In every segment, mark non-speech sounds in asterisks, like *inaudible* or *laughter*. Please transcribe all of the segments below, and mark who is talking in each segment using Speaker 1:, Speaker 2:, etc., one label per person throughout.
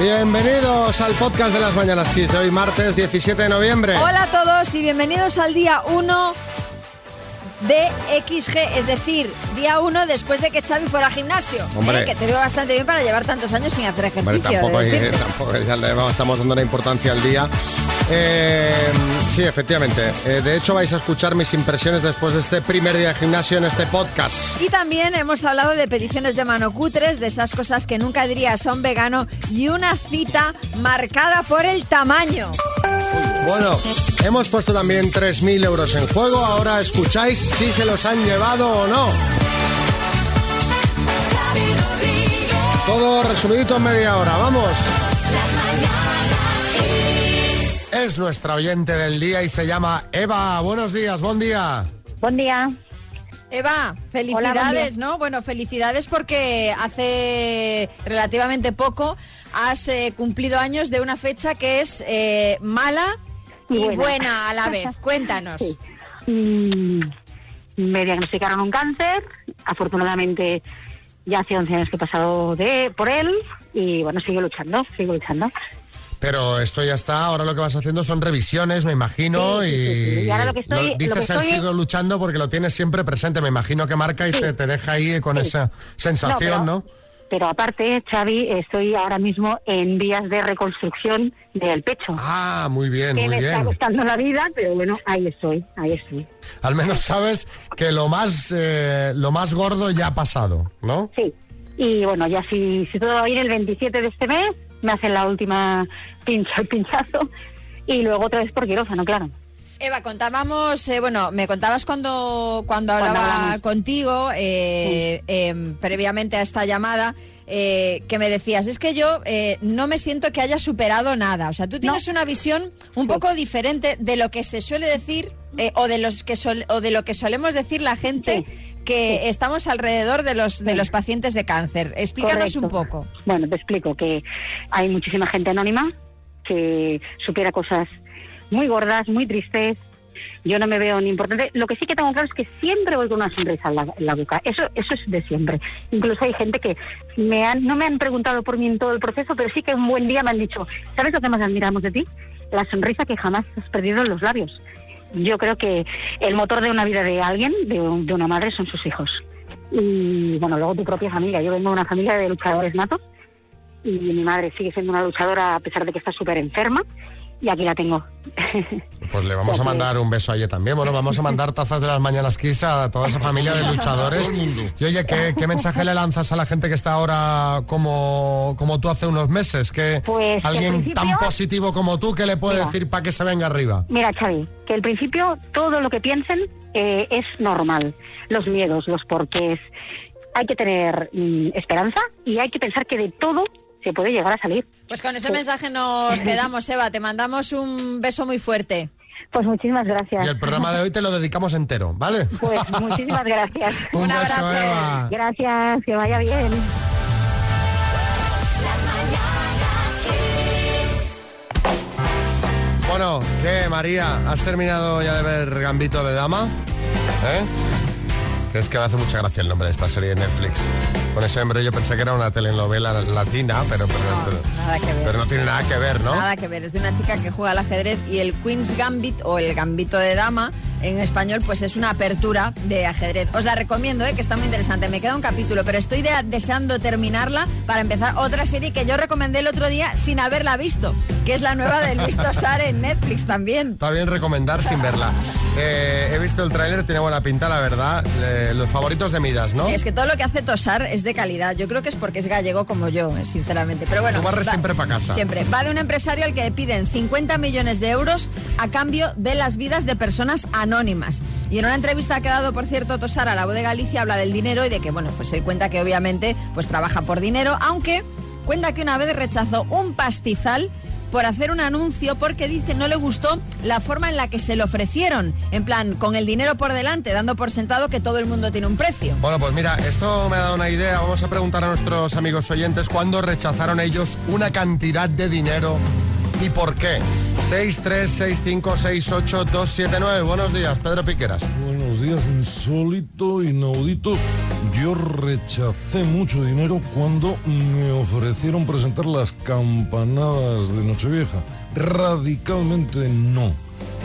Speaker 1: Bienvenidos al podcast de las Mañanas Kiss de hoy, martes 17 de noviembre.
Speaker 2: Hola a todos y bienvenidos al día 1 de XG, es decir, día 1 después de que Xavi fuera al gimnasio.
Speaker 1: Hombre.
Speaker 2: ¿eh? Que te veo bastante bien para llevar tantos años sin hacer ejercicio.
Speaker 1: Hombre, tampoco,
Speaker 2: he
Speaker 1: hay-
Speaker 2: de decirte.
Speaker 1: *laughs* tampoco ya le estamos dando una importancia al día. Eh, sí, efectivamente. Eh, de hecho, vais a escuchar mis impresiones después de este primer día de gimnasio en este podcast.
Speaker 2: Y también hemos hablado de peticiones de manocutres, de esas cosas que nunca dirías son vegano y una cita marcada por el tamaño.
Speaker 1: Bueno, hemos puesto también 3.000 euros en juego. Ahora escucháis si se los han llevado o no. Todo resumidito en media hora, vamos. Es nuestra oyente del día y se llama Eva. Buenos días, buen día.
Speaker 3: Buen día.
Speaker 2: Eva,
Speaker 3: Hola,
Speaker 2: felicidades,
Speaker 3: buen
Speaker 2: ¿no? Bueno, felicidades porque hace relativamente poco has eh, cumplido años de una fecha que es eh, mala y,
Speaker 3: Y
Speaker 2: buena.
Speaker 3: buena.
Speaker 2: a
Speaker 3: *laughs*
Speaker 2: la vez. Cuéntanos.
Speaker 3: Sí. Mm, me diagnosticaron un cáncer. Afortunadamente, ya hace 11 años que he pasado de, por él. Y bueno, sigo luchando, sigo luchando.
Speaker 1: Pero esto ya está, ahora lo que vas haciendo son revisiones, me imagino,
Speaker 3: Sí, sí, sí, sí.
Speaker 1: y,
Speaker 3: Y ahora lo que estoy- lo que
Speaker 1: dices el
Speaker 3: estoy-
Speaker 1: sigo luchando porque lo tienes siempre presente, me imagino que marca y te, te deja ahí con esa sensación, ¿no?
Speaker 3: No, Pero aparte, Xavi, estoy ahora mismo en vías de reconstrucción del pecho.
Speaker 1: Ah, muy bien,
Speaker 3: que
Speaker 1: muy
Speaker 3: me está
Speaker 1: bien.
Speaker 3: costando la vida, pero bueno, ahí estoy, ahí estoy.
Speaker 1: Al menos sabes que lo más, eh, lo más gordo ya ha pasado, ¿no?
Speaker 3: Sí. Y bueno, ya si, si todo va bien, el 27 de este mes me hacen la última pincha, pinchazo. Y luego otra vez por quirófano, claro.
Speaker 2: Eva, contábamos, eh, bueno, me contabas cuando, cuando hablaba
Speaker 3: hablamos.
Speaker 2: contigo, eh, em, previamente a esta llamada, eh, que me decías, es que yo eh, no me siento que haya superado nada. O sea, tú tienes una visión un poco diferente de lo que se suele decir eh, o, de los que sol- o de lo que solemos decir la gente que estamos alrededor de los, de los pacientes de cáncer. Explícanos un
Speaker 3: Correcto.
Speaker 2: poco.
Speaker 3: Bueno, te explico que hay muchísima gente anónima que supera cosas muy gordas, muy tristes. Yo no me veo ni importante. Lo que sí que tengo claro es que siempre voy con una sonrisa en la, en la boca. Eso eso es de siempre. Incluso hay gente que me han, no me han preguntado por mí en todo el proceso, pero sí que un buen día me han dicho, ¿sabes lo que más admiramos de ti? La sonrisa que jamás has perdido en los labios. Yo creo que el motor de una vida de alguien, de, un- de una madre, son sus hijos y bueno, luego tu propia familia. Yo vengo de una familia de luchadores natos y mi madre sigue siendo una luchadora a pesar de que está súper enferma y aquí la tengo. *laughs*
Speaker 1: Pues le vamos a mandar un beso a ella también. Bueno, vamos a mandar tazas de las mañanas kiss a toda esa familia
Speaker 3: *laughs*
Speaker 1: de luchadores. Y oye, ¿qué, qué mensaje le lanzas a la gente que está ahora como, como tú hace unos meses? Que
Speaker 3: Pues, en
Speaker 1: alguien tan
Speaker 3: principio-
Speaker 1: positivo como tú, ¿qué le puede
Speaker 3: Mira.
Speaker 1: decir para que se venga arriba?
Speaker 3: Mira, Xavi, que al principio todo lo que piensen eh, es normal. Los miedos, los porqués. Hay que tener mm, esperanza y hay que pensar que de todo se puede llegar a salir.
Speaker 2: Pues con ese mensaje
Speaker 3: *laughs*
Speaker 2: nos quedamos, Eva. Te mandamos un beso muy fuerte.
Speaker 3: Pues muchísimas gracias.
Speaker 1: Y el programa de hoy te lo dedicamos entero, ¿vale?
Speaker 3: Pues muchísimas gracias.
Speaker 1: Un,
Speaker 2: *laughs* Un
Speaker 1: beso,
Speaker 2: abrazo.
Speaker 1: Eva.
Speaker 3: Gracias, que
Speaker 1: *laughs*
Speaker 3: vaya bien.
Speaker 1: Bueno, ¿qué, María? ¿Has terminado ya de ver Gambito de Dama? ¿Eh? Que es que me hace mucha gracia el nombre de esta serie de Netflix. Con ese nombre yo pensé que era una telenovela latina, pero, pero, pero-
Speaker 2: Nada que ver.
Speaker 1: pero no tiene nada que ver, ¿no?
Speaker 2: Nada que ver, es de una chica que juega al ajedrez y el Queen's Gambit o el Gambito de Dama en español pues es una apertura de ajedrez. Os la recomiendo, ¿eh? que está muy interesante. Me queda un capítulo, pero estoy de- deseando terminarla para empezar otra serie que yo recomendé el otro día sin haberla visto, que es la nueva de
Speaker 1: *laughs*
Speaker 2: Luis Tosar en Netflix también.
Speaker 1: Está bien recomendar sin
Speaker 2: *laughs*
Speaker 1: verla. Eh, he visto el tráiler, tiene buena pinta, la verdad. Eh, los favoritos de Midas, ¿no?
Speaker 2: Es que todo lo que hace Tosar es de calidad. Yo creo que es porque es gallego como yo, eh, sinceramente. Pero bueno.
Speaker 1: Tú barres
Speaker 2: va-
Speaker 1: siempre pa' casa.
Speaker 2: Siempre. Va de un empresario al que le piden 50 millones de euros a cambio de las vidas de personas anónimas. Y en una entrevista que ha dado, por cierto, Tosar a la voz de Galicia, habla del dinero y de que, bueno, pues él cuenta que obviamente pues trabaja por dinero, aunque cuenta que una vez rechazó un pastizal por hacer un anuncio porque dice no le gustó la forma en la que se lo ofrecieron, en plan con el dinero por delante, dando por sentado que todo el mundo tiene un precio.
Speaker 1: Bueno, pues mira, esto me ha dado una idea. Vamos a preguntar a nuestros amigos oyentes cuándo rechazaron ellos una cantidad de dinero y por qué. 636568279. Buenos días, Pedro Piqueras.
Speaker 4: Buenos días, insólito, inaudito. Yo rechacé mucho dinero cuando me ofrecieron presentar las campanadas de Nochevieja. Radicalmente no.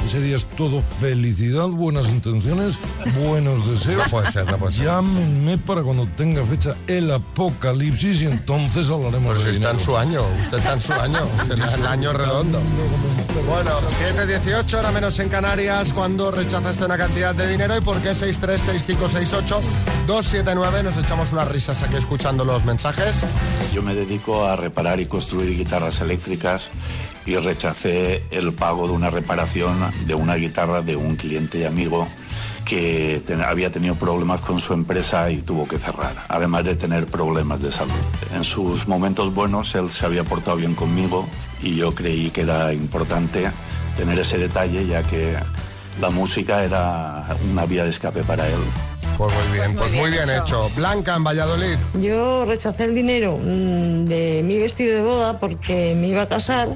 Speaker 4: Ese día es todo felicidad, buenas intenciones, buenos deseos.
Speaker 1: No puede ser, no puede ser.
Speaker 4: Llámenme para cuando tenga fecha el apocalipsis y entonces hablaremos
Speaker 1: Pero
Speaker 4: de
Speaker 1: si Pues está
Speaker 4: dinero.
Speaker 1: en su año, usted está en su
Speaker 4: *laughs*
Speaker 1: año, será el año redondo. Bueno, 7.18, hora menos en Canarias, cuando rechazaste una cantidad de dinero y por qué 636568279, nos echamos unas risas aquí escuchando los mensajes.
Speaker 5: Yo me dedico a reparar y construir guitarras eléctricas y rechacé el pago de una reparación de una guitarra de un cliente y amigo que ten- había tenido problemas con su empresa y tuvo que cerrar, además de tener problemas de salud. En sus momentos buenos él se había portado bien conmigo y yo creí que era importante tener ese detalle ya que la música era una vía de escape para él.
Speaker 1: Pues muy bien, pues muy bien hecho. Blanca en Valladolid.
Speaker 6: Yo rechacé el dinero mm, de mi vestido de boda porque me iba a casar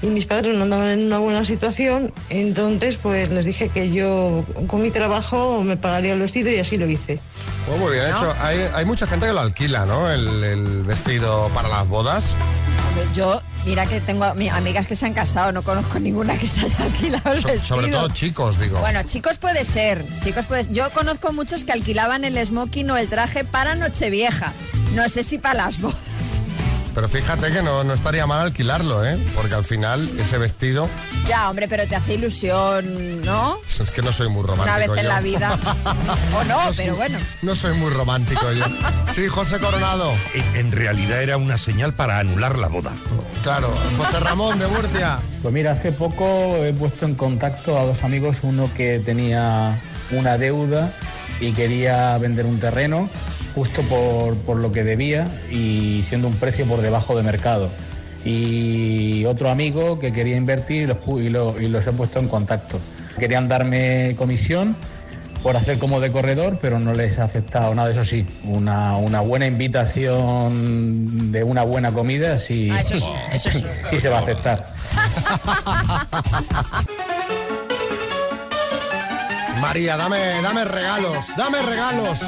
Speaker 6: y mis padres no andaban en una buena situación, entonces pues les dije que yo con mi trabajo me pagaría el vestido y así lo hice.
Speaker 1: Pues muy bien hecho. Hay, hay mucha gente que lo alquila, ¿no? El, el vestido para las bodas.
Speaker 2: Hombre, Yo, mira que tengo mi- amigas que se han casado, no conozco ninguna que se haya alquilado el
Speaker 1: So- sobre
Speaker 2: vestido.
Speaker 1: todo chicos, digo.
Speaker 2: Bueno, chicos puede ser, chicos puede Yo conozco muchos que alquilaban el smoking o el traje para Nochevieja. No sé si para las bodas. *laughs*
Speaker 1: Pero fíjate que no, no estaría mal alquilarlo, ¿eh? Porque al final ese vestido,
Speaker 2: Ya, hombre, pero te hace ilusión, ¿no?
Speaker 1: es que no soy muy romántico.
Speaker 2: Una vez en
Speaker 1: yo.
Speaker 2: la vida. O no,
Speaker 1: soy-
Speaker 2: pero bueno.
Speaker 1: No soy muy romántico yo. Sí, José Coronado.
Speaker 7: En, en realidad era una señal para anular la boda.
Speaker 1: Claro, José Ramón de Murcia.
Speaker 8: Pues mira, hace poco he puesto en contacto a dos amigos, uno que tenía una deuda y quería vender un terreno justo por, por lo que debía y siendo un precio por debajo de mercado. Y otro amigo que quería invertir y los, pu- y lo- y los he puesto en contacto. Querían darme comisión por hacer como de corredor, pero no les ha aceptado nada, eso sí. Una, una buena invitación de una buena comida sí, *laughs*
Speaker 2: Ah, eso sí, eso sí.
Speaker 8: sí se va a aceptar.
Speaker 1: María, dame, dame regalos, dame regalos.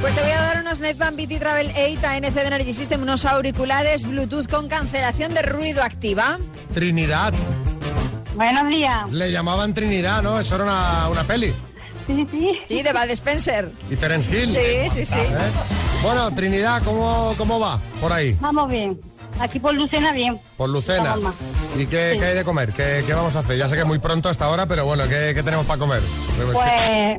Speaker 2: Pues te voy a dar unos NetBand BT Travel 8 ANC de Energy System, unos auriculares Bluetooth con cancelación de ruido activa.
Speaker 1: Trinidad.
Speaker 3: Buenos días.
Speaker 1: Le llamaban Trinidad, ¿no? Eso era una, una peli.
Speaker 3: Sí, sí.
Speaker 2: Sí, de Bad Spencer.
Speaker 1: Y Terence Hill.
Speaker 2: Sí, sí, sí.
Speaker 1: ¿Eh? Bueno, Trinidad, ¿cómo, ¿cómo va por ahí?
Speaker 3: Vamos bien. Aquí por Lucena bien.
Speaker 1: Por Lucena.
Speaker 3: Vamos.
Speaker 1: ¿Y qué, qué hay de comer? ¿Qué, qué vamos a hacer? Ya sé que es muy pronto hasta ahora, pero bueno, ¿qué, qué tenemos para comer?
Speaker 3: Pues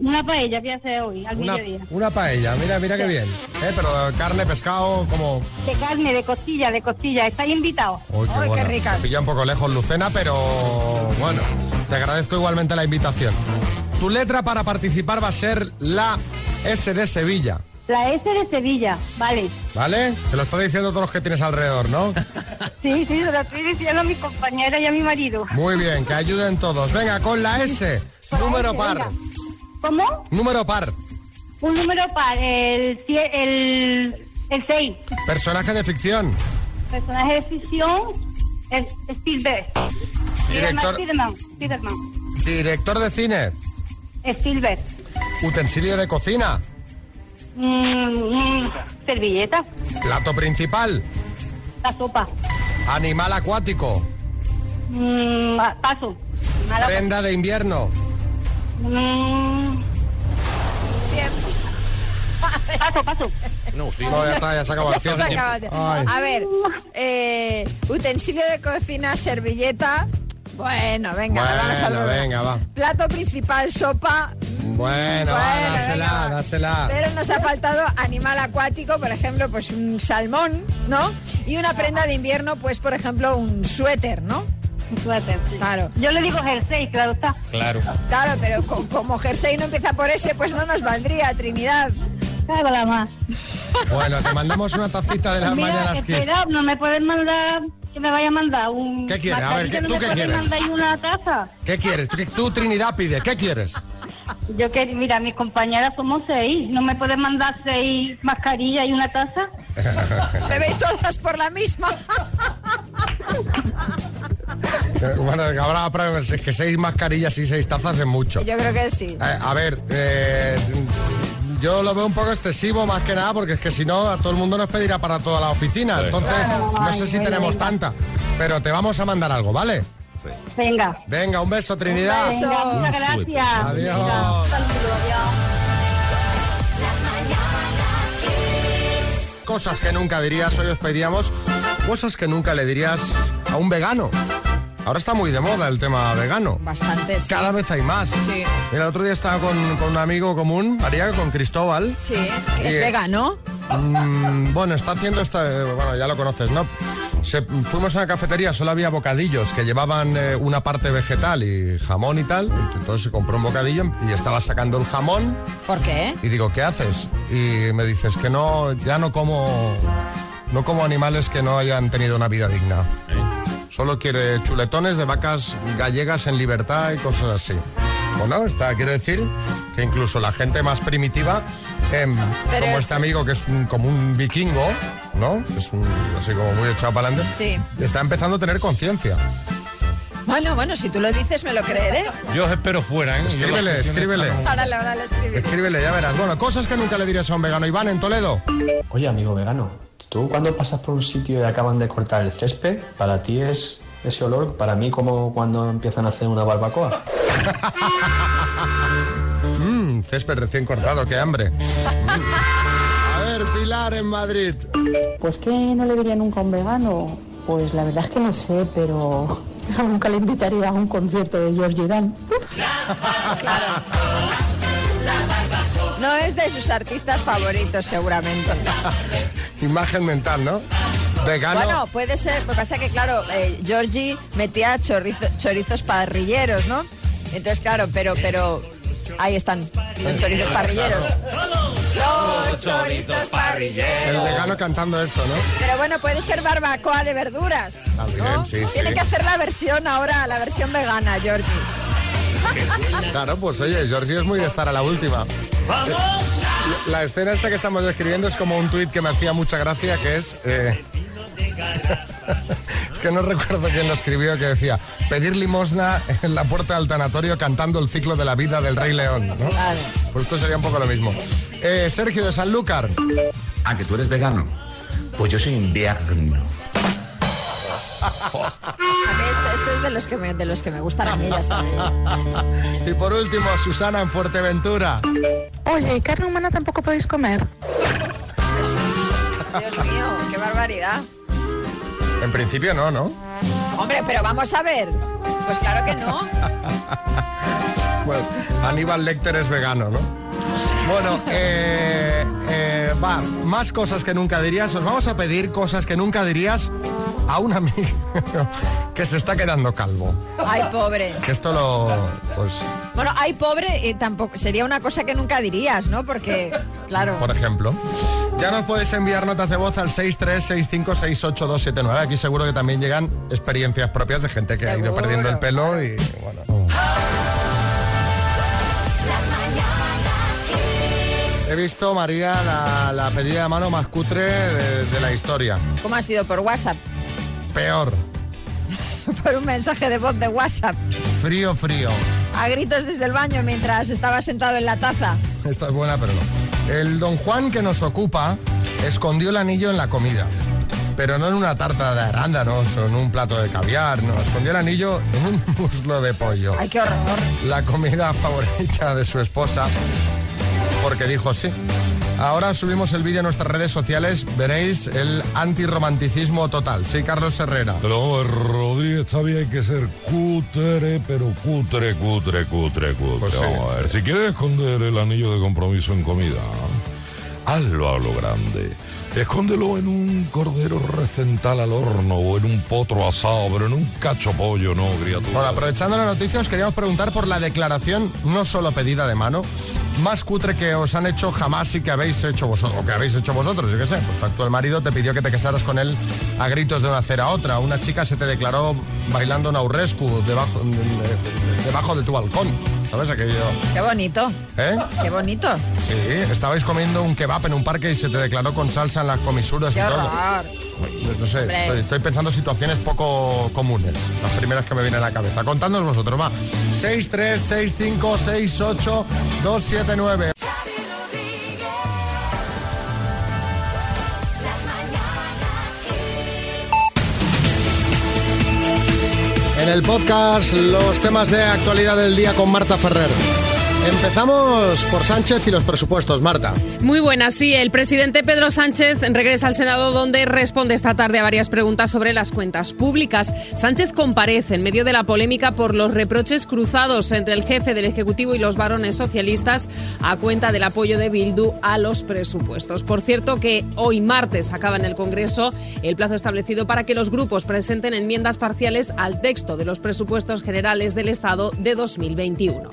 Speaker 3: una paella que hace hoy, al
Speaker 1: una,
Speaker 3: mediodía.
Speaker 1: una paella, mira, mira qué bien. ¿Eh? Pero carne, pescado, como...
Speaker 3: De carne, de costilla, de costilla. Estáis invitados.
Speaker 1: Uy,
Speaker 2: Ay, qué
Speaker 1: buena.
Speaker 2: ricas.
Speaker 1: Me Pilla un poco lejos Lucena, pero bueno, te agradezco igualmente la invitación. Tu letra para participar va a ser la S de Sevilla,
Speaker 3: La S de Sevilla, vale.
Speaker 1: ¿vale? Te lo estoy diciendo todos los que tienes alrededor, ¿no?
Speaker 3: Sí, sí, se lo estoy diciendo a mi compañera y a mi marido.
Speaker 1: Muy bien, que ayuden todos. Venga, con la S,
Speaker 3: Con la
Speaker 1: número
Speaker 3: S,
Speaker 1: par,
Speaker 3: venga. ¿Cómo?
Speaker 1: número par.
Speaker 3: Un número par, el 6. El, el seis.
Speaker 1: Personaje de ficción,
Speaker 3: Personaje de ficción, es Spielberg.
Speaker 1: Director-
Speaker 3: Spiderman, Spiderman.
Speaker 1: director de cine,
Speaker 3: Spielberg.
Speaker 1: utensilio de cocina,
Speaker 3: Mm, mm, servilleta,
Speaker 1: plato principal,
Speaker 3: la sopa.
Speaker 1: animal acuático,
Speaker 3: Mm, a- paso. Mala-
Speaker 1: prenda de invierno,
Speaker 3: Mm. Paso, paso.
Speaker 1: No, ya está, ya se acabó el
Speaker 2: *laughs* Ya se
Speaker 1: tiempo.
Speaker 2: acaba de-
Speaker 1: Ay.
Speaker 2: A ver, eh, utensilio de cocina, servilleta. Bueno, venga, vamos a
Speaker 1: Bueno,
Speaker 2: volver.
Speaker 1: venga, va.
Speaker 2: Plato principal, sopa.
Speaker 1: Bueno, va,
Speaker 2: Bueno,
Speaker 1: dásela,
Speaker 2: venga, va.
Speaker 1: dásela.
Speaker 2: Pero nos ha faltado animal acuático, por ejemplo, pues un salmón, ¿no? Y una prenda de invierno, pues por ejemplo, un suéter, ¿no?
Speaker 3: Suerte.
Speaker 2: Claro.
Speaker 3: Yo le digo jersey, claro está.
Speaker 7: Claro.
Speaker 2: Claro, pero co- como jersey no empieza por ese, pues no nos valdría, Trinidad.
Speaker 3: Claro, la más.
Speaker 1: Bueno, te mandamos una tacita de las
Speaker 3: Mira,
Speaker 1: mañanas kiss.
Speaker 3: espera, no me pueden mandar, que me vaya a mandar un...
Speaker 1: ¿Qué quieres? A ver,
Speaker 3: mascarilla,
Speaker 1: ¿qué-
Speaker 3: no
Speaker 1: tú
Speaker 3: me
Speaker 1: qué
Speaker 3: pueden
Speaker 1: quieres?
Speaker 3: mandar ahí una taza?
Speaker 1: ¿Qué quieres? ¿Tú, qué- tú, Trinidad, pide. ¿Qué quieres?
Speaker 3: Yo que, mira, mis compañeras somos seis, ¿no me pueden mandar seis mascarillas y una taza?
Speaker 2: ¿Me veis todas por la misma? *laughs*
Speaker 1: Eh, *laughs* Bueno, habrá pero es que seis mascarillas y seis tazas es mucho.
Speaker 2: Yo creo que sí.
Speaker 1: Eh, a ver, eh, yo lo veo un poco excesivo más que nada porque es que si no a todo el mundo nos pedirá para toda la oficina.
Speaker 7: Sí.
Speaker 1: Entonces
Speaker 3: Claro,
Speaker 1: no
Speaker 3: ay,
Speaker 1: sé si
Speaker 3: bueno,
Speaker 1: tenemos
Speaker 3: venga.
Speaker 1: tanta, pero te vamos a mandar algo, ¿vale?
Speaker 3: Venga.
Speaker 1: Venga, un beso Trinidad.
Speaker 2: beso.
Speaker 3: Venga, muchas
Speaker 7: Un suepo.
Speaker 3: gracias.
Speaker 1: Adiós.
Speaker 3: Venga, un saludo, adiós.
Speaker 1: Cosas que nunca dirías, hoy os pedíamos cosas que nunca le dirías a un vegano. Ahora está muy de moda el tema vegano.
Speaker 2: Bastantes. sí.
Speaker 1: Cada vez hay más.
Speaker 2: Sí.
Speaker 1: Mira, el otro día estaba con, con un amigo común, María, con Cristóbal.
Speaker 2: Sí, que es
Speaker 1: Y, eh,
Speaker 2: vegano.
Speaker 1: Mm, bueno, está haciendo esta. eh, Bueno, ya lo conoces, ¿no? Se- fuimos a una cafetería, solo había bocadillos que llevaban eh, una parte vegetal y jamón y tal. Entonces se compró un bocadillo y estaba sacando el jamón
Speaker 2: ¿Por qué?
Speaker 1: y digo, ¿qué haces? Y me dices que no, ya no como, no como animales que no hayan tenido una vida digna.
Speaker 7: ¿Eh?
Speaker 1: Solo quiere chuletones de vacas gallegas en libertad y cosas así. Bueno, está, quiero decir que incluso la gente más primitiva, em,
Speaker 2: Pero-
Speaker 1: como este amigo que es un- como un vikingo, ¿no? Es un, así como muy echado para adelante.
Speaker 2: Sí.
Speaker 1: Está empezando a tener conciencia.
Speaker 2: Bueno, bueno, si tú lo dices me lo creeré.
Speaker 7: Yo os espero fuera, ¿eh? Yo las
Speaker 1: Escríbele,
Speaker 7: sesiones
Speaker 1: escríbele.
Speaker 7: están-
Speaker 2: Ahora le ahora le escribiré.
Speaker 1: Escríbele, ya verás. Bueno, cosas que nunca le dirías a un vegano. Iván en Toledo.
Speaker 9: Oye, amigo vegano, tú cuando pasas por un sitio y acaban de cortar el césped, para ti es ese olor, para mí como cuando empiezan a hacer una barbacoa.
Speaker 1: Mmm, césped recién cortado, qué hambre. Mm. A ver, Pilar en Madrid.
Speaker 10: Pues que no le diría nunca a un vegano. Pues la verdad es que no sé, pero *laughs* nunca le invitaría a un concierto de George Dan.
Speaker 2: *laughs* No es de sus artistas favoritos, seguramente.
Speaker 1: Imagen mental, Ah, ¿no? Vegano.
Speaker 2: Bueno, puede ser. Lo que pasa que, claro, eh, Georgie metía chorizo- chorizos parrilleros, ¿no? Entonces, claro, pero, pero ahí están los chorizos parrilleros. Los chorizos parrilleros.
Speaker 1: el vegano cantando esto, ¿no?
Speaker 2: Pero bueno, puede ser barbacoa de verduras.
Speaker 1: También,
Speaker 2: ¿no?
Speaker 1: sí,
Speaker 2: Tiene
Speaker 1: sí.
Speaker 2: que hacer la versión ahora, la versión vegana,
Speaker 1: *laughs*
Speaker 2: Georgie.
Speaker 1: Claro, pues oye, Georgie es muy de estar a la última. Eh, La escena esta que estamos describiendo es como un tuit que me hacía mucha gracia, que es... eh, es que no recuerdo quién lo escribió, que decía, pedir limosna en la puerta del tanatorio cantando el ciclo de la vida del rey león, ¿no?
Speaker 2: Claro.
Speaker 1: Pues esto sería un poco lo mismo. Eh, Sergio de Sanlúcar.
Speaker 11: Ah, que tú eres vegano. Pues yo soy invierno.
Speaker 2: A mí esto, esto es de los que me, de los que me gustan a mí, ya sabes.
Speaker 1: *laughs* Y por último, Susana en Fuerteventura.
Speaker 10: Oye, ¿y carne humana tampoco podéis comer?
Speaker 2: Dios mío, qué barbaridad.
Speaker 1: En principio no, ¿no?
Speaker 2: Hombre, pero vamos a ver. Pues claro que no.
Speaker 1: Bueno, Aníbal Lecter es vegano, ¿no? Bueno, eh, eh, va, más cosas que nunca dirías. Os vamos a pedir cosas que nunca dirías a un amigo *laughs* que se está quedando calvo.
Speaker 2: Ay, pobre.
Speaker 1: Que esto lo... Pues,
Speaker 2: Bueno, ay, pobre, eh, tampoco sería una cosa que nunca dirías, ¿no? Porque, claro.
Speaker 1: por ejemplo. Ya nos podéis enviar notas de voz al 636568279. Aquí seguro que también llegan experiencias propias de gente que ha ido
Speaker 2: Seguro.
Speaker 1: perdiendo el pelo y bueno. He visto, María, la, la pedida de mano más cutre de, de la historia.
Speaker 2: ¿Cómo ha sido por WhatsApp? *laughs*
Speaker 1: Peor.
Speaker 2: Por un mensaje de voz de WhatsApp.
Speaker 1: Frío, frío.
Speaker 2: A gritos desde el baño mientras estaba sentado en la taza.
Speaker 1: *laughs* Esta es buena, pero no. El don Juan que nos ocupa escondió el anillo en la comida. Pero no en una tarta de arándanos o en un plato de caviar, no. Escondió el anillo en un *laughs* muslo de pollo.
Speaker 2: Ay, qué horror.
Speaker 1: La comida *laughs* favorita de su esposa. Porque dijo sí. Ahora subimos el vídeo a nuestras redes sociales. Veréis el antirromanticismo total. Sí, Carlos Herrera.
Speaker 4: Pero Rodríguez Xavi hay que ser cutre, pero cutre, cutre, cutre, cutre.
Speaker 1: Pues sí.
Speaker 4: Vamos a ver, si quieres esconder el anillo de compromiso en comida, hazlo a lo grande. Escóndelo en un cordero recental al horno o en un potro asado, pero en un cacho pollo, no, criatura.
Speaker 1: Bueno, aprovechando la noticia, os queríamos preguntar por la declaración, no solo pedida de mano, más cutre que os han hecho jamás y que habéis hecho vosotros, o que habéis hecho vosotros, yo qué sé. Pues tu actual marido te pidió que te casaras con él a gritos de una acera a otra. Una chica se te declaró bailando Naurescu debajo, debajo de tu balcón. ¿Sabes aquello?
Speaker 2: Qué bonito.
Speaker 1: ¿Eh?
Speaker 2: Qué bonito.
Speaker 1: Sí, estabais comiendo un kebab en un parque y se te declaró con salsa en las comisuras
Speaker 2: Qué
Speaker 1: y todo.
Speaker 2: horror.
Speaker 1: No sé,
Speaker 2: Hombre.
Speaker 1: estoy, estoy pensando situaciones poco comunes, las primeras que me vienen a la cabeza. Contadnos vosotros, va. 6, 3, 6, 5, 6, 8, 2, 7, 9.
Speaker 12: Xavi Rodríguez.
Speaker 1: En el podcast, los temas de actualidad del día con Marta Ferrer. Empezamos por Sánchez y los presupuestos, Marta.
Speaker 12: Muy buenas, sí. El presidente Pedro Sánchez regresa al Senado donde responde esta tarde a varias preguntas sobre las cuentas públicas. Sánchez comparece en medio de la polémica por los reproches cruzados entre el jefe del Ejecutivo y los varones socialistas a cuenta del apoyo de Bildu a los presupuestos. Por cierto que hoy martes acaba en el Congreso el plazo establecido para que los grupos presenten enmiendas parciales al texto de los presupuestos generales del Estado de 2021.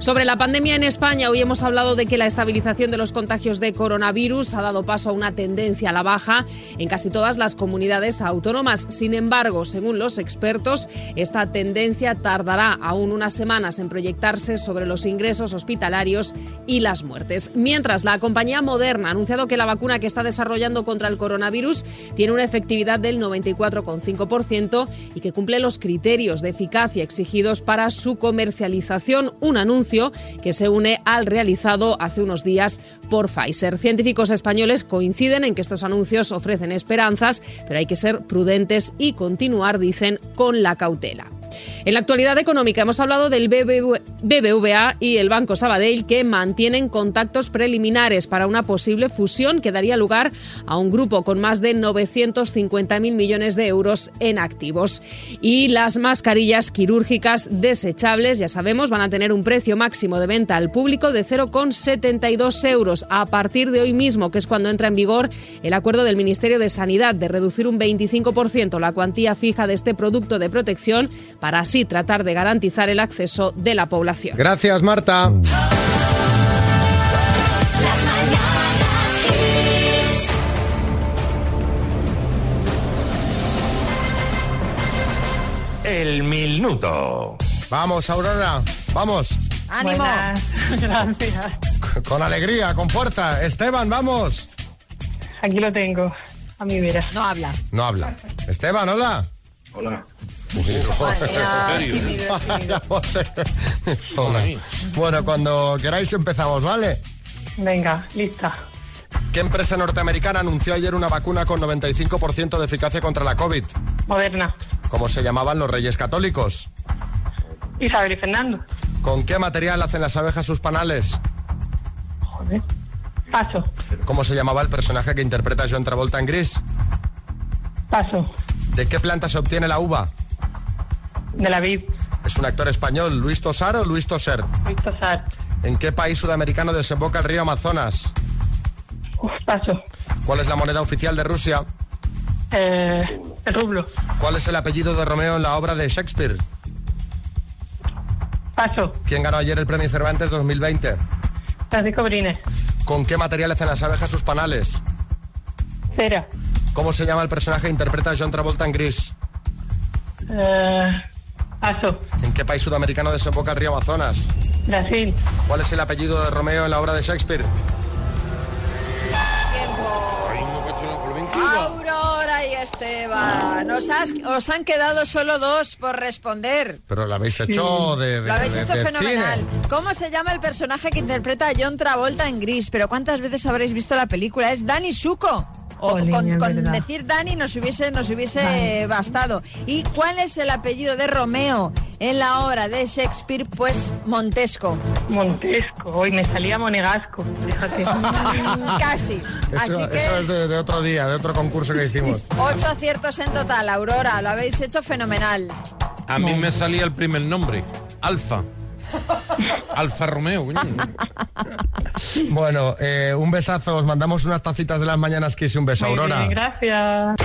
Speaker 12: Sobre la pandemia en España, hoy hemos hablado de que la estabilización de los contagios de coronavirus ha dado paso a una tendencia a la baja en casi todas las comunidades autónomas. Sin embargo, según los expertos, esta tendencia tardará aún unas semanas en proyectarse sobre los ingresos hospitalarios y las muertes. Mientras, la compañía Moderna ha anunciado que la vacuna que está desarrollando contra el coronavirus tiene una efectividad del 94,5% y que cumple los criterios de eficacia exigidos para su comercialización. Un anuncio que se une al realizado hace unos días por Pfizer. Científicos españoles coinciden en que estos anuncios ofrecen esperanzas, pero hay que ser prudentes y continuar, dicen, con la cautela. En la actualidad económica hemos hablado del BBVA y el Banco Sabadell que mantienen contactos preliminares para una posible fusión que daría lugar a un grupo con más de 950.000 millones de euros en activos. Y las mascarillas quirúrgicas desechables, ya sabemos, van a tener un precio máximo de venta al público de 0,72 euros a partir de hoy mismo, que es cuando entra en vigor el acuerdo del Ministerio de Sanidad de reducir un 25% la cuantía fija de este producto de protección para así tratar de garantizar el acceso de la población.
Speaker 1: Gracias, Marta.
Speaker 7: El minuto.
Speaker 1: Vamos, Aurora, vamos.
Speaker 2: ¡Ánimo! Buenas,
Speaker 13: gracias.
Speaker 1: Con alegría, con fuerza. Esteban, vamos.
Speaker 13: Aquí lo tengo, a mi vera.
Speaker 2: No habla.
Speaker 1: No habla. Esteban, hola.
Speaker 14: Hola.
Speaker 1: *laughs* Hola. Bueno, cuando queráis empezamos, ¿vale?
Speaker 13: Venga, lista.
Speaker 1: ¿Qué empresa norteamericana anunció ayer una vacuna con 95% de eficacia contra la COVID?
Speaker 13: Moderna.
Speaker 1: ¿Cómo se llamaban los reyes católicos?
Speaker 13: Isabel y Fernando.
Speaker 1: ¿Con qué material hacen las abejas sus panales?
Speaker 13: Joder. Paso.
Speaker 1: ¿Cómo se llamaba el personaje que interpreta John Travolta en Gris?
Speaker 13: Paso.
Speaker 1: ¿De qué planta se obtiene la uva?
Speaker 13: De la vid.
Speaker 1: ¿Es un actor español, Luis Tosar o Luis Toser?
Speaker 13: Luis Tosar.
Speaker 1: ¿En qué país sudamericano desemboca el río Amazonas?
Speaker 13: Uf, paso.
Speaker 1: ¿Cuál es la moneda oficial de Rusia?
Speaker 13: Eh, el rublo.
Speaker 1: ¿Cuál es el apellido de Romeo en la obra de Shakespeare?
Speaker 13: Paso.
Speaker 1: ¿Quién ganó ayer el premio Cervantes 2020?
Speaker 13: Francisco Brines.
Speaker 1: ¿Con qué material hacen las abejas sus panales?
Speaker 13: Cera.
Speaker 1: ¿Cómo se llama el personaje que interpreta a John Travolta en Gris?
Speaker 13: Eh, paso.
Speaker 1: ¿En qué país sudamericano desemboca el río Amazonas?
Speaker 13: Brasil.
Speaker 1: ¿Cuál es el apellido de Romeo en la obra de Shakespeare?
Speaker 2: Aurora y Esteban, nos has- os han quedado solo dos por responder.
Speaker 1: Pero lo habéis hecho
Speaker 2: Sí.
Speaker 1: de, de-
Speaker 2: Lo habéis
Speaker 1: de-
Speaker 2: hecho
Speaker 1: de
Speaker 2: fenomenal.
Speaker 1: cine.
Speaker 2: ¿Cómo se llama el personaje que interpreta a John Travolta en Gris? Pero ¿cuántas veces habréis visto la película? Es Danny Suco. O
Speaker 13: Jolín,
Speaker 2: con,
Speaker 13: es
Speaker 2: con
Speaker 13: verdad.
Speaker 2: decir Dani nos hubiese, nos hubiese eh, bastado. ¿Y cuál es el apellido de Romeo en la obra de Shakespeare? Pues Montesco.
Speaker 13: Montesco. Hoy me salía Monegasco.
Speaker 10: *laughs*
Speaker 13: Fíjate.
Speaker 2: Mm, *laughs* Casi.
Speaker 1: Eso,
Speaker 2: Así que
Speaker 1: eso es de, de otro día, de otro concurso que hicimos.
Speaker 2: ocho aciertos en total, Aurora. Lo habéis hecho fenomenal.
Speaker 7: A mí me salía el primer nombre, Alfa. Alfa Romeo, coño.
Speaker 1: *laughs* Bueno, eh, un besazo, os mandamos unas tacitas de las mañanas que un beso,
Speaker 13: Muy bien,
Speaker 1: Aurora.
Speaker 13: gracias.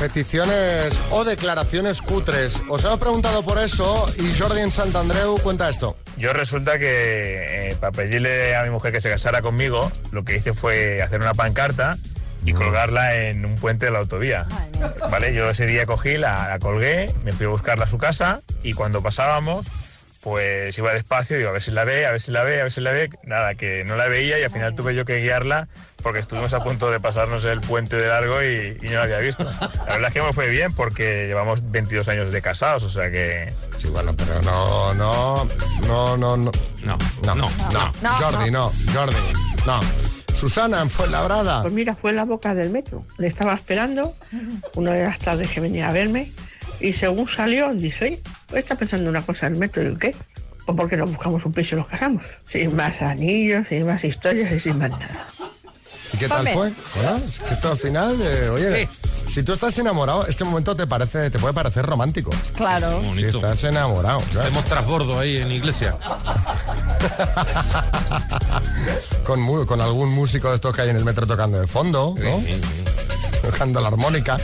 Speaker 1: Peticiones o declaraciones cutres. Os hemos preguntado por eso y Jordi en Santandreu cuenta esto.
Speaker 15: Yo resulta que eh, para pedirle a mi mujer que se casara conmigo, lo que hice fue hacer una pancarta y colgarla en un puente de la autovía. Vale, yo ese día cogí, la, la colgué, me fui a buscarla a su casa y cuando pasábamos, pues iba despacio, digo, a ver si la ve, a ver si la ve, a ver si la ve. Nada, que no la veía y al final tuve yo que guiarla porque estuvimos a punto de pasarnos el puente de largo y, y no la había visto. La verdad es que me fue bien porque llevamos 22 años de casados, o sea que...
Speaker 1: Sí, bueno, pero no, no, no, no, no. No, no, no. Jordi, no, Jordi, no. Es Susana, en Fuenlabrada.
Speaker 16: Pues mira, fue en la boca del metro. Le estaba esperando, una de las tardes que venía a verme, y según salió, dice, oye, pues está pensando una cosa del metro, y yo, ¿qué? Pues porque nos buscamos un piso y nos casamos. Sin más anillos, sin más historias y sin más nada.
Speaker 1: ¿Y qué tal
Speaker 16: Hombre.
Speaker 1: fue? Hola, es que esto al final, eh, oye, si tú estás enamorado, este momento te parece, te puede parecer romántico.
Speaker 2: Claro.
Speaker 1: Si estás enamorado.
Speaker 17: Hacemos trasbordo ahí en iglesia.
Speaker 1: Con, mu- con algún músico de estos que hay en el metro tocando de fondo, ¿no? Tocando la
Speaker 2: *laughs*
Speaker 1: armónica.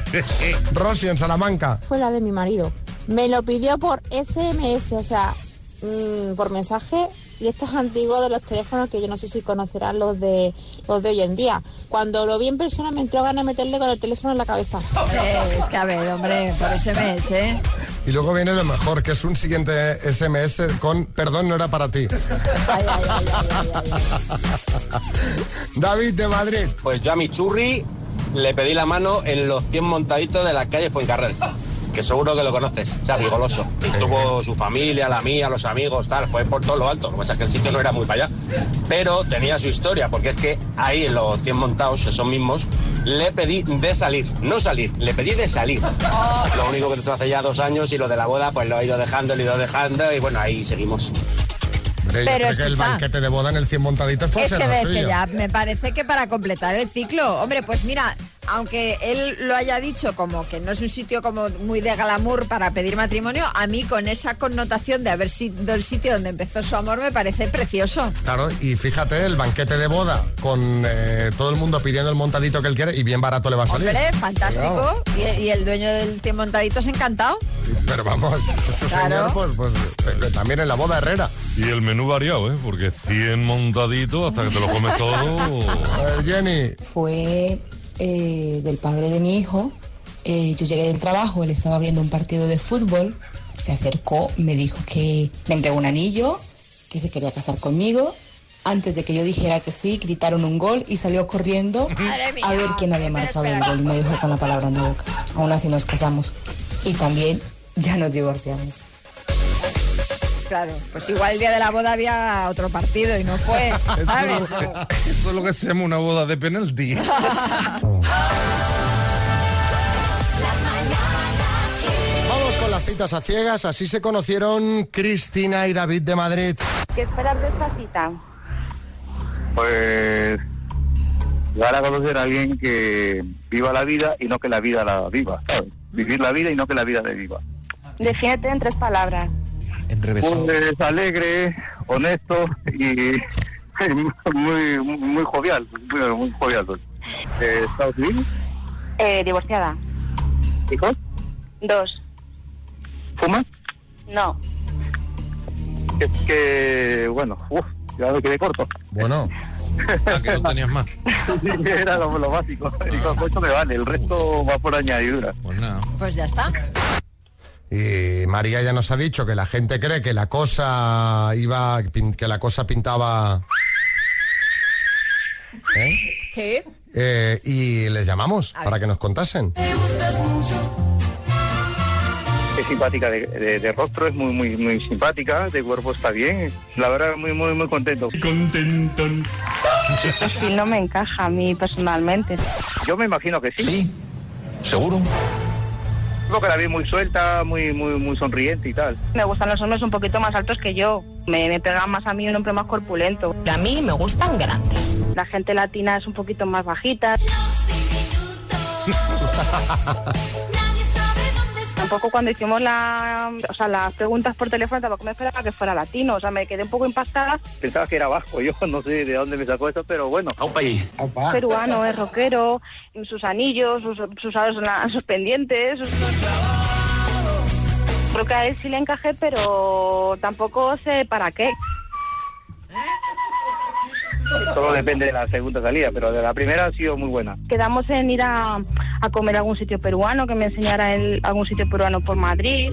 Speaker 1: Rosy en Salamanca.
Speaker 18: Fue la de mi marido. Me lo pidió por SMS, o sea, mm, por mensaje. Y esto es antiguo de los teléfonos que yo no sé si conocerán los de los de hoy en día. Cuando lo vi en persona me entró ganas de meterle con el teléfono en la cabeza.
Speaker 2: Eh, es que a ver, hombre, por ese mes, ¿eh?
Speaker 1: Y luego viene lo mejor, que es un siguiente SMS con perdón, no era para
Speaker 2: *laughs*
Speaker 1: ti. *laughs* David de Madrid.
Speaker 19: Pues yo a mi churri le pedí la mano en los 100 montaditos de la calle Fuencarral, que seguro que lo conoces, Xavi Goloso. Estuvo su familia, la mía, los amigos, tal, fue por todo lo alto. Lo que pasa es que el sitio no era muy para allá, pero tenía su historia, porque es que ahí en los 100 montados, esos mismos, le pedí de salir, no salir, le pedí de salir. Lo único que esto hace ya dos años y lo de la boda, pues lo he ido dejando, lo he ido dejando y bueno, ahí seguimos.
Speaker 1: Hombre, yo
Speaker 2: Pero
Speaker 1: creo que el
Speaker 2: escucha.
Speaker 1: banquete de boda en el 100 montaditos puede
Speaker 2: Es
Speaker 1: ser
Speaker 2: que
Speaker 1: Pues lo
Speaker 2: ves que
Speaker 1: suyo.
Speaker 2: ya me parece que para completar el ciclo, hombre, pues mira, aunque él lo haya dicho como que no es un sitio como muy de glamour para pedir matrimonio, a mí con esa connotación de haber sido el sitio donde empezó su amor me parece precioso.
Speaker 1: Claro, y fíjate, el banquete de boda con eh, todo el mundo pidiendo el montadito que él quiere y bien barato le va a salir.
Speaker 2: Hombre, fantástico.
Speaker 1: Cuidado.
Speaker 2: Y, y el dueño del 100 montaditos encantado.
Speaker 1: Pero vamos, *laughs* ese
Speaker 2: Claro.
Speaker 1: señor, pues, pues eh, también en la boda Herrera.
Speaker 4: Y el menú variado, ¿eh? Porque 100 montaditos hasta que te lo comes todo.
Speaker 1: Jenny.
Speaker 18: Fue eh, del padre de mi hijo. Eh, yo llegué del trabajo, él estaba viendo un partido de fútbol. Se acercó, me dijo que me entregó un anillo, que se quería casar conmigo. Antes de que yo dijera que sí, gritaron un gol y salió corriendo a ver quién había marcado el gol. Y me dijo con la palabra en la boca. Aún así nos casamos. Y también ya nos divorciamos.
Speaker 2: Pues claro, pues igual el día de la boda había otro partido y no
Speaker 1: *laughs*
Speaker 2: fue, ¿sabes?
Speaker 17: Eso es lo que se llama una boda de penalti.
Speaker 1: Vamos con las citas a ciegas, así se conocieron Cristina y David de Madrid.
Speaker 10: ¿Qué esperas de esta cita?
Speaker 8: Pues dar a conocer a alguien que viva la vida y no que la vida la viva. ¿sabes? Vivir la vida y no que la vida le viva.
Speaker 10: Defínete en tres palabras.
Speaker 8: Pues alegre, honesto y *laughs* muy muy jovial, muy, muy jovial. pues. Eh, ¿Estados Unidos?
Speaker 10: Eh, divorciada.
Speaker 8: ¿Hijos?
Speaker 10: Dos.
Speaker 8: ¿Fumas?
Speaker 10: No.
Speaker 8: Es que, bueno, uf, ya me quedé corto.
Speaker 1: Bueno.
Speaker 17: Ah, que no tenías más.
Speaker 8: *laughs*
Speaker 17: Ah.
Speaker 8: Era lo, lo básico. Y con esto me vale, el resto va por añadidura.
Speaker 17: Pues nada.
Speaker 2: *laughs* Pues ya está.
Speaker 1: Y María ya nos ha dicho que la gente cree que la cosa iba, pin- que la cosa pintaba. ¿Eh?
Speaker 2: Sí.
Speaker 1: Eh, y les llamamos
Speaker 2: A ver.
Speaker 1: para que nos contasen. *laughs*
Speaker 8: Es simpática de, de- de rostro, es muy, muy, muy simpática, de cuerpo está bien. La verdad, muy, muy, muy contento. Contento.
Speaker 10: Si no me encaja a mí personalmente.
Speaker 8: Yo me imagino que sí. Sí, seguro. Creo que la vi muy suelta, muy, muy, muy sonriente y tal.
Speaker 10: Me gustan los hombres un poquito más altos que yo. Me, me pega más a mí un hombre más corpulento. A mí me gustan grandes. La gente latina es un poquito más bajita. Tampoco cuando hicimos la, o sea, las preguntas por teléfono tampoco me esperaba que fuera latino. O sea, me quedé un poco impactada.
Speaker 8: Pensaba que era vasco, *laughs* yo no sé de dónde me sacó eso, pero bueno. A un país.
Speaker 10: Peruano, es rockero, sus anillos, sus, sus, aros en la- sus pendientes. sus- Creo que a él sí le encajé, pero tampoco sé para qué.
Speaker 8: Solo depende de la segunda salida, pero de la primera ha sido muy buena.
Speaker 10: Quedamos en ir a, a comer a algún sitio peruano, que me enseñara él algún sitio peruano por Madrid.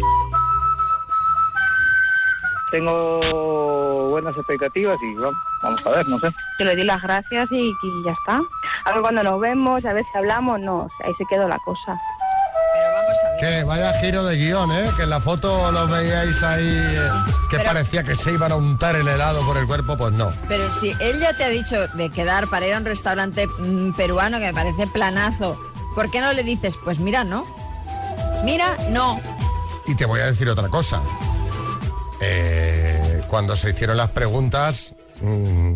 Speaker 8: Tengo buenas expectativas y bueno, vamos a ver, no sé.
Speaker 10: Yo le di las gracias y, y ya está. A ver cuando nos vemos, a ver si hablamos, no, o sea, ahí se quedó la cosa.
Speaker 1: Que vaya giro de guión, ¿eh? Que en la foto los veíais ahí eh, que
Speaker 2: Pero-
Speaker 1: parecía que se iban a untar el helado por el cuerpo, pues no.
Speaker 2: Pero si él ya te ha dicho de quedar para ir a un restaurante mm, peruano que me parece planazo, ¿por qué no le dices, pues mira, no? Mira, no.
Speaker 1: Y te voy a decir otra cosa. Eh, cuando se hicieron las preguntas, mm,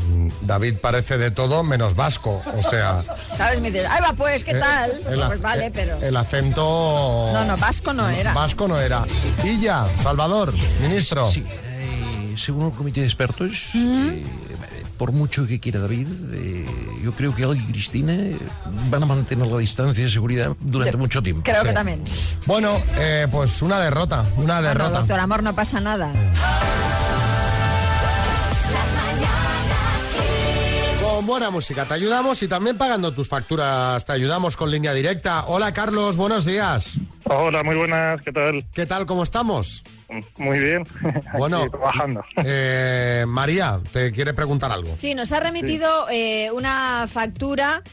Speaker 1: David parece de todo menos vasco. O sea,
Speaker 2: ¿Sabes? Me dices, ay, va, pues, ¿qué
Speaker 1: Eh,
Speaker 2: tal?
Speaker 1: el ac-
Speaker 2: pues vale, pero...
Speaker 1: el acento...
Speaker 2: No, no, vasco no era.
Speaker 1: Vasco no era. Y ya, Salvador, ministro.
Speaker 20: Eh, según el comité de expertos, eh, por mucho que quiera David, eh, yo creo que él y Cristina eh, van a mantener la distancia de seguridad durante
Speaker 2: Yo
Speaker 20: mucho tiempo.
Speaker 2: Creo que también.
Speaker 1: Bueno, eh, pues una derrota, una
Speaker 2: No,
Speaker 1: derrota.
Speaker 2: doctor Amor, no pasa nada.
Speaker 1: Con buena música te ayudamos y también pagando tus facturas te ayudamos con línea directa. Hola Carlos, buenos días.
Speaker 21: Hola, muy buenas, ¿qué tal?
Speaker 1: ¿Qué tal? ¿Cómo estamos?
Speaker 21: Muy bien. *laughs*
Speaker 1: Bueno,
Speaker 21: Aquí trabajando.
Speaker 1: eh, María, te quiere preguntar algo.
Speaker 2: Sí, nos ha remitido eh, una factura,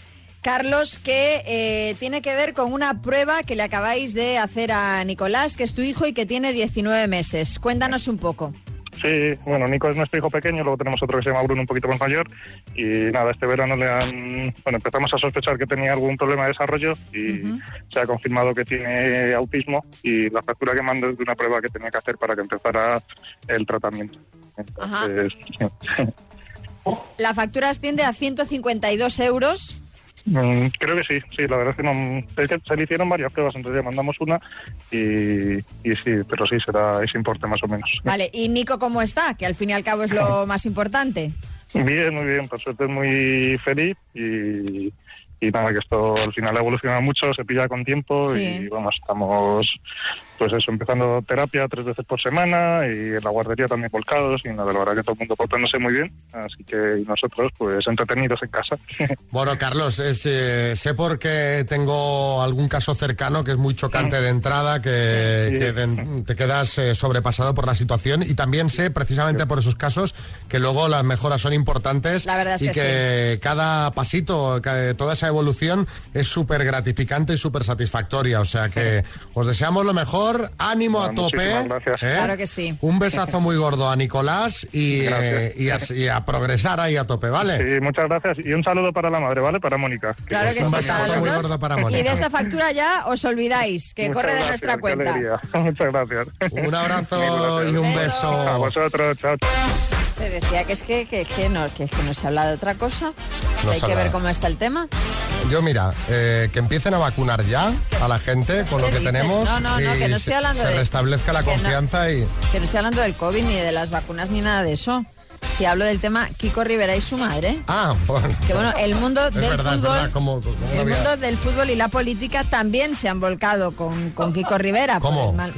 Speaker 2: Carlos, que eh, tiene que ver con una prueba que le acabáis de hacer a Nicolás, que es tu hijo y que tiene 19 meses. Cuéntanos un poco.
Speaker 21: Sí, bueno, Nico es nuestro hijo pequeño, luego tenemos otro que se llama Bruno, un poquito más mayor, y nada, este verano le han, bueno, empezamos a sospechar que tenía algún problema de desarrollo y se ha confirmado que tiene autismo y la factura que mando es de una prueba que tenía que hacer para que empezara el tratamiento. Pues,
Speaker 2: Ajá.
Speaker 21: Entonces,
Speaker 2: La factura asciende a 152 euros.
Speaker 21: *laughs* mm, creo que sí, sí, la verdad es que, no, es que se le hicieron varias pruebas, entonces le mandamos una y, y sí, pero sí, será ese importe más o menos.
Speaker 2: Vale, ¿y Nico cómo está? Que al fin y al cabo es lo más importante.
Speaker 21: Bien, muy bien, por suerte muy feliz y, y nada, que esto al final ha evolucionado mucho, se pilla con tiempo
Speaker 2: Sí.
Speaker 21: y vamos, estamos pues eso, empezando terapia tres veces por semana y en la guardería también volcados y nada, la verdad que todo el mundo portándose muy bien, así que y nosotros pues entretenidos en casa.
Speaker 1: Bueno, Carlos, es, eh, sé porque tengo algún caso cercano que es muy chocante de entrada, que, que de- te quedas eh, sobrepasado por la situación y también sé, precisamente por esos casos, que luego las mejoras son importantes
Speaker 2: La verdad es
Speaker 1: y
Speaker 2: que
Speaker 1: que, cada pasito, ca- toda esa evolución es súper gratificante y súper satisfactoria. O sea que os deseamos lo mejor, ánimo a
Speaker 21: Bueno,
Speaker 1: tope.
Speaker 21: muchísimas gracias.
Speaker 1: ¿eh?
Speaker 2: Claro que sí.
Speaker 1: Un besazo muy gordo a Nicolás y, eh, y a, y a progresar ahí a tope, ¿vale?
Speaker 21: Sí, muchas gracias y un saludo para la madre, ¿vale? Para Mónica.
Speaker 2: Claro que sí, para los
Speaker 1: muy
Speaker 2: dos.
Speaker 1: gordo para
Speaker 2: Y de
Speaker 1: Mónica.
Speaker 2: esta factura ya os olvidáis, que
Speaker 21: Muchas
Speaker 2: corre de
Speaker 21: gracias,
Speaker 2: nuestra
Speaker 21: qué
Speaker 2: cuenta.
Speaker 21: alegría. *laughs* Muchas gracias.
Speaker 1: Un
Speaker 21: *laughs* Mil
Speaker 1: abrazo
Speaker 21: gracias.
Speaker 1: y un beso.
Speaker 21: A vosotros, chao.
Speaker 2: Te decía que es que, que, que no, que es que no se habla de otra cosa.
Speaker 1: No
Speaker 2: Hay
Speaker 1: se
Speaker 2: que
Speaker 1: habla.
Speaker 2: ver cómo está el tema.
Speaker 1: Yo mira, eh, que empiecen a vacunar ya a la gente con lo
Speaker 2: ¿Qué
Speaker 1: que
Speaker 2: dices?
Speaker 1: tenemos
Speaker 2: No, no, no,
Speaker 1: y
Speaker 2: que
Speaker 1: se,
Speaker 2: no estoy hablando
Speaker 1: se
Speaker 2: de-
Speaker 1: restablezca la
Speaker 2: que no.
Speaker 1: confianza y
Speaker 2: Que no estoy hablando del COVID, ni de las vacunas, ni nada de eso. Si hablo del tema Kiko Rivera y su madre.
Speaker 1: ah, *laughs* bueno.
Speaker 2: Que bueno, el mundo
Speaker 1: es
Speaker 2: del
Speaker 1: verdad, es
Speaker 2: fútbol-
Speaker 1: verdad, como, como
Speaker 2: El
Speaker 1: había-
Speaker 2: mundo del fútbol y la política también se han volcado con, con Kiko Rivera. por
Speaker 1: ¿Cómo?
Speaker 2: el mal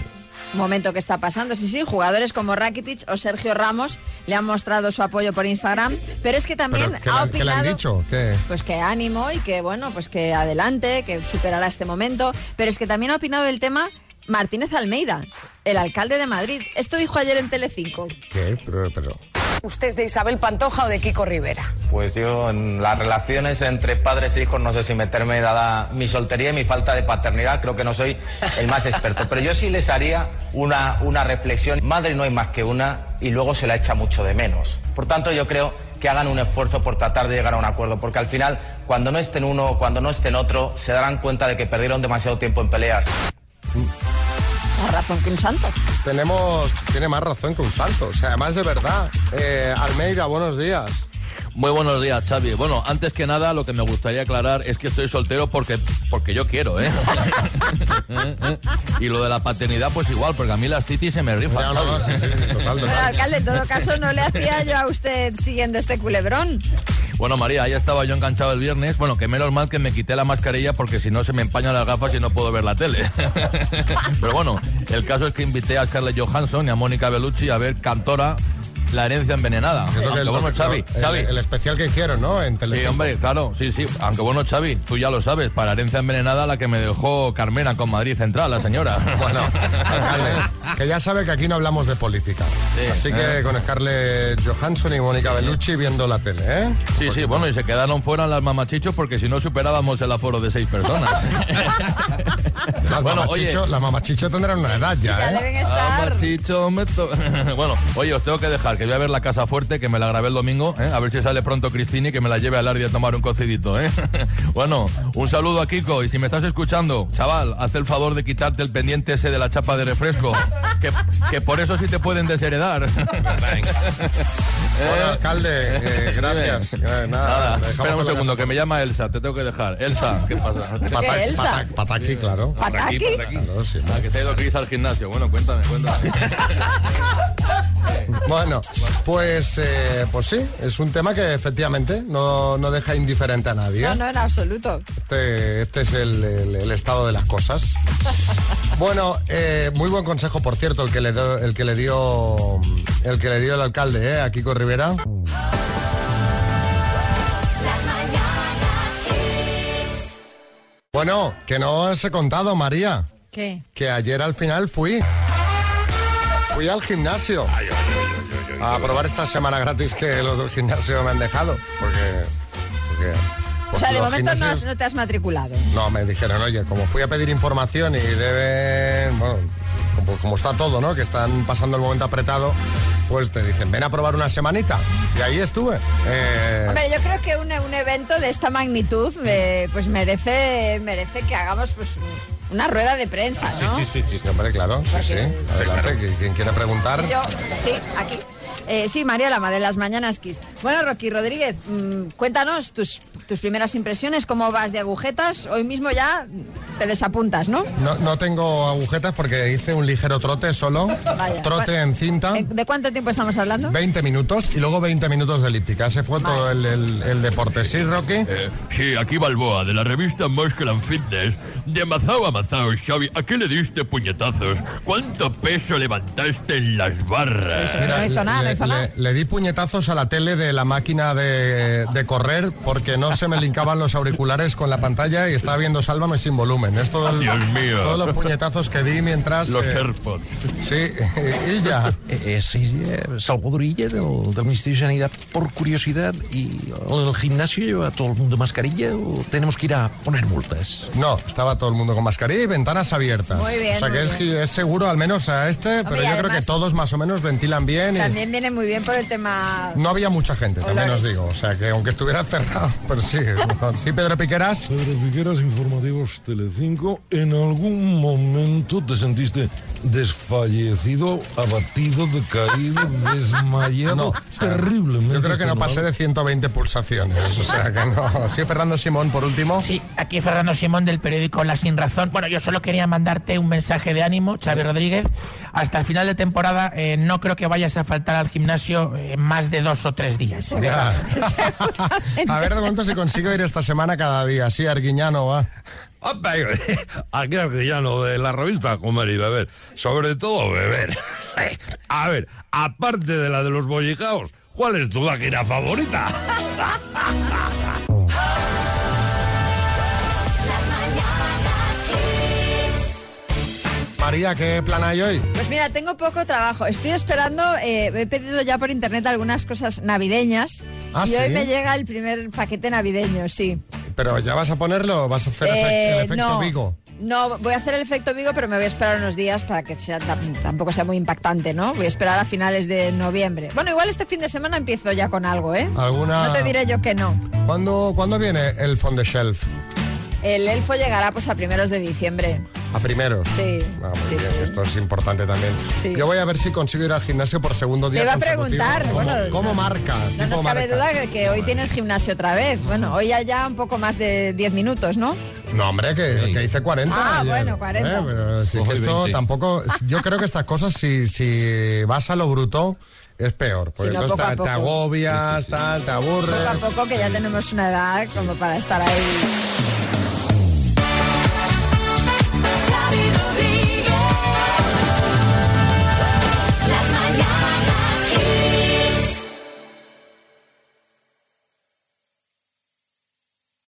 Speaker 2: momento que está pasando. Sí, sí, jugadores como Rakitic o Sergio Ramos le han mostrado su apoyo por Instagram, pero es que también
Speaker 1: pero, ¿qué,
Speaker 2: ha
Speaker 1: le, qué le han
Speaker 2: opinado
Speaker 1: dicho? eh, ¿Qué?
Speaker 2: pues que ánimo y que bueno, pues que adelante, que superará este momento. Pero es que también ha opinado del tema Martínez Almeida, el alcalde de Madrid. Esto dijo ayer en Telecinco.
Speaker 1: ¿Qué? Pero, pero-
Speaker 22: ¿Usted es de Isabel Pantoja o de Kiko Rivera?
Speaker 23: Pues yo en las relaciones entre padres e hijos no sé si meterme dada mi soltería y mi falta de paternidad, creo que no soy el más experto, pero yo sí les haría una, una reflexión. Madre no hay más que una y luego se la echa mucho de menos. Por tanto yo creo que hagan un esfuerzo por tratar de llegar a un acuerdo, porque al final cuando no estén uno o cuando no estén otro se darán cuenta de que perdieron demasiado tiempo en peleas.
Speaker 2: Más razón que un santo.
Speaker 1: Tenemos, tiene más razón que un santo, o sea, además de verdad. Eh, Almeida, buenos días.
Speaker 24: Muy buenos días, Xavi. Bueno, antes que nada, lo que me gustaría aclarar es que estoy soltero porque, porque yo
Speaker 1: *laughs*
Speaker 24: quiero, ¿eh? y lo de la paternidad, pues igual, porque a mí las titis se me rifan.
Speaker 1: No, no, no, sí, sí, sí, total,
Speaker 2: Pero,
Speaker 24: total.
Speaker 2: alcalde, en todo caso, no le hacía yo a usted siguiendo este culebrón.
Speaker 24: Bueno, María, ahí estaba yo enganchado el viernes. Bueno, que menos mal que me quité la mascarilla porque si no se me empañan las gafas y no puedo ver la tele. *laughs* Pero bueno, el caso es que invité a Scarlett Johansson y a Mónica Bellucci a ver Cantora, la herencia envenenada.
Speaker 1: Yo creo que
Speaker 24: Aunque
Speaker 1: el-
Speaker 24: bueno, Xavi,
Speaker 1: el-
Speaker 24: Xavi.
Speaker 1: el especial que hicieron, ¿no? En
Speaker 24: Sí,
Speaker 1: Telecinco.
Speaker 24: hombre, claro, sí, sí. Aunque bueno, Xavi, tú ya lo sabes, para herencia envenenada la que me dejó Carmena con Madrid Central, la señora.
Speaker 1: *laughs*
Speaker 24: *laughs*
Speaker 1: Bueno, que ya sabe que aquí no hablamos de política. Así que
Speaker 24: eh.
Speaker 1: con Scarlett Johansson y Mónica Bellucci viendo la tele, ¿eh?
Speaker 24: Sí, sí, bueno, y se quedaron fuera las mamachichos porque si no superábamos el aforo de seis personas.
Speaker 1: *laughs* Las
Speaker 24: Bueno,
Speaker 1: mamachicho,
Speaker 24: oye.
Speaker 1: las mamachicho tendrán una edad ya, ¿eh?
Speaker 24: Ah, machicho, me to- *laughs* bueno, oye, os tengo que dejar, que voy a ver la casa fuerte, que me la grabé el domingo, ¿eh? a ver si sale pronto Cristini, que me la lleve al área a tomar un cocidito. ¿eh? *laughs* bueno, un saludo a Kiko, y si me estás escuchando, chaval, haz el favor de quitarte el pendiente ese de la chapa de refresco, que, que por eso sí te pueden desheredar. *laughs*
Speaker 1: Bueno, alcalde, eh, gracias.
Speaker 24: Dime.
Speaker 1: Eh, nada,
Speaker 24: Nada,
Speaker 1: dejamos
Speaker 24: espera un
Speaker 1: con la
Speaker 24: segundo, que me llama Elsa, te tengo que dejar. Elsa, ¿qué pasa?
Speaker 1: Pata-
Speaker 24: ¿Qué, Elsa?
Speaker 1: pata- Pataki, claro.
Speaker 24: Pataki, pataki.
Speaker 1: Claro, sí.
Speaker 24: Ah, que se ha ido Cris al gimnasio. Bueno, cuéntame, cuéntame.
Speaker 1: Bueno, pues, eh, pues sí, es un tema que efectivamente no, no deja indiferente a nadie.
Speaker 2: No, no, en absoluto.
Speaker 1: Este, este es el, el- el estado de las cosas. Bueno, eh, muy buen consejo, por cierto, el que le, do- el que le dio el que le dio el alcalde, ¿eh? a Kiko Rivera. Bueno, que no os he contado, María,
Speaker 5: ¿Qué?
Speaker 1: que ayer al final fui. Fui al gimnasio. A probar esta semana gratis que los del gimnasio me han dejado. Porque. porque-
Speaker 2: O sea,
Speaker 1: porque
Speaker 2: de
Speaker 1: los
Speaker 2: momento no,
Speaker 1: gimnasios-
Speaker 2: has- no te has matriculado.
Speaker 1: no, me dijeron, oye, como fui a pedir información y deben, bueno, como, como está todo, ¿no? Que están pasando el momento apretado, pues te dicen, ven a probar una semanita. Y ahí estuve. Eh,
Speaker 2: Hombre, yo creo que un, un evento de esta magnitud eh, pues merece, merece que hagamos pues un- una rueda de prensa, ¿no?
Speaker 1: sí, sí, sí, hombre, claro, sí, sí. Adelante, qui- quien quiera preguntar.
Speaker 2: Sí, yo, sí, aquí. Eh, sí, María Lama, de las Mañanas Kiss. Bueno, Rocky Rodríguez, mm, cuéntanos tus, tus primeras impresiones, cómo vas de agujetas. Hoy mismo ya te desapuntas, ¿no?
Speaker 1: No, no tengo agujetas porque hice un ligero trote solo.
Speaker 2: Vaya.
Speaker 1: Trote en cinta.
Speaker 2: ¿De cuánto tiempo estamos hablando?
Speaker 1: 20 minutos y luego 20 minutos de elíptica. Ese fue todo el, el- el deporte. ¿Sí, Rocky?
Speaker 25: *laughs* Eh, sí, aquí Balboa, de la revista Muscle and Fitness. De mazao a mazao, Xavi, ¿a qué le diste puñetazos? ¿Cuánto peso levantaste en las barras?
Speaker 1: Mira, le- le, le- le di puñetazos a la tele de la máquina de, de correr porque no se me linkaban los auriculares con la pantalla y estaba viendo Sálvame sin volumen. Es todo el-
Speaker 25: Dios mío.
Speaker 1: todos los puñetazos que di mientras...
Speaker 25: Los
Speaker 1: eh,
Speaker 25: AirPods.
Speaker 1: sí,
Speaker 17: eh,
Speaker 1: y ya.
Speaker 20: Es eh, Salvador Illa del, del Ministerio de Sanidad. Por curiosidad, ¿y el gimnasio lleva todo el mundo mascarilla o tenemos que ir a poner multas?
Speaker 1: No, estaba todo el mundo con mascarilla y ventanas abiertas.
Speaker 2: Muy bien,
Speaker 1: o sea que
Speaker 2: muy
Speaker 1: es, gi- es seguro al menos a este, pero
Speaker 2: y
Speaker 1: yo creo
Speaker 2: además-
Speaker 1: que todos más o menos ventilan bien. y-
Speaker 2: También viene muy bien por el tema...
Speaker 1: No había mucha gente, también os
Speaker 2: Olores.
Speaker 1: digo. O sea que aunque estuviera *laughs* cerrado, pero sí, es mejor. Sí, Pedro Piqueras.
Speaker 4: Pedro Piqueras, Informativos Telecinco. ¿En algún momento te sentiste desfallecido, abatido, *laughs* decaído, desmayado?
Speaker 1: Ah, No,
Speaker 4: terriblemente.
Speaker 1: Yo creo que no pasé de 120 pulsaciones. O sea que no. Sí, Fernando Simón, por último.
Speaker 26: Sí, aquí Fernando Simón del periódico La Sin Razón. Bueno, yo solo quería mandarte un mensaje de ánimo, Xavi Rodríguez. Hasta el final de temporada eh, no creo que vayas a faltar al gimnasio eh, más de dos o tres días. ¿eh?
Speaker 1: *laughs* Ya. A ver de momento si consigo ir esta semana cada día. Sí, Arguiñano va.
Speaker 24: Opa,
Speaker 4: *laughs* Aquí Artellano de la revista Comer y Beber. Sobre todo beber. *laughs* A ver, aparte de la de los bollicaos, ¿cuál es tu máquina favorita? *laughs*
Speaker 1: María, ¿qué plan hay hoy?
Speaker 2: Pues mira, tengo poco trabajo. Estoy esperando, eh, he pedido ya por internet algunas cosas navideñas.
Speaker 1: Ah,
Speaker 2: y hoy
Speaker 1: ¿sí?
Speaker 2: me llega el primer paquete navideño, sí.
Speaker 1: Pero ya vas a ponerlo, vas a hacer efect- el
Speaker 2: Eh,
Speaker 1: efecto
Speaker 2: no,
Speaker 1: Vigo.
Speaker 2: No, voy a hacer el efecto Vigo, pero me voy a esperar unos días para que sea tam- tampoco sea muy impactante, ¿no? Voy a esperar a finales de noviembre. Bueno, igual este fin de semana empiezo ya con algo, ¿eh?
Speaker 1: ¿Alguna-
Speaker 2: No te diré yo que no.
Speaker 1: ¿Cuándo, ¿Cuándo viene el Fond de Shelf?
Speaker 2: El elfo llegará pues a primeros de diciembre.
Speaker 1: A primeros.
Speaker 2: Sí,
Speaker 1: Ah, muy
Speaker 2: sí,
Speaker 1: bien,
Speaker 2: sí.
Speaker 1: Esto es importante también.
Speaker 2: Sí.
Speaker 1: Yo voy a ver si consigo ir al gimnasio por segundo día.
Speaker 2: Te iba a
Speaker 1: consecutivo.
Speaker 2: preguntar,
Speaker 1: ¿Cómo,
Speaker 2: bueno,
Speaker 1: cómo marca?
Speaker 2: No
Speaker 1: Tipo
Speaker 2: nos cabe
Speaker 1: marca.
Speaker 2: duda que, que hoy tienes gimnasio otra vez. Bueno, hoy ya, ya un poco más de 10 minutos, ¿no?
Speaker 1: No, hombre, que, que hice 40.
Speaker 2: Ah,
Speaker 1: ayer,
Speaker 2: bueno, 40.
Speaker 1: ¿eh? Pero sí
Speaker 2: Ojo,
Speaker 1: que
Speaker 2: y
Speaker 1: esto
Speaker 2: 20.
Speaker 1: tampoco. Yo creo que estas cosas, si, si vas a lo bruto, es peor. Porque
Speaker 2: Sí, no,
Speaker 1: entonces
Speaker 2: poco a
Speaker 1: te, te
Speaker 2: poco.
Speaker 1: agobias, tal, te aburres.
Speaker 2: Poco a poco que ya tenemos una edad como para estar ahí.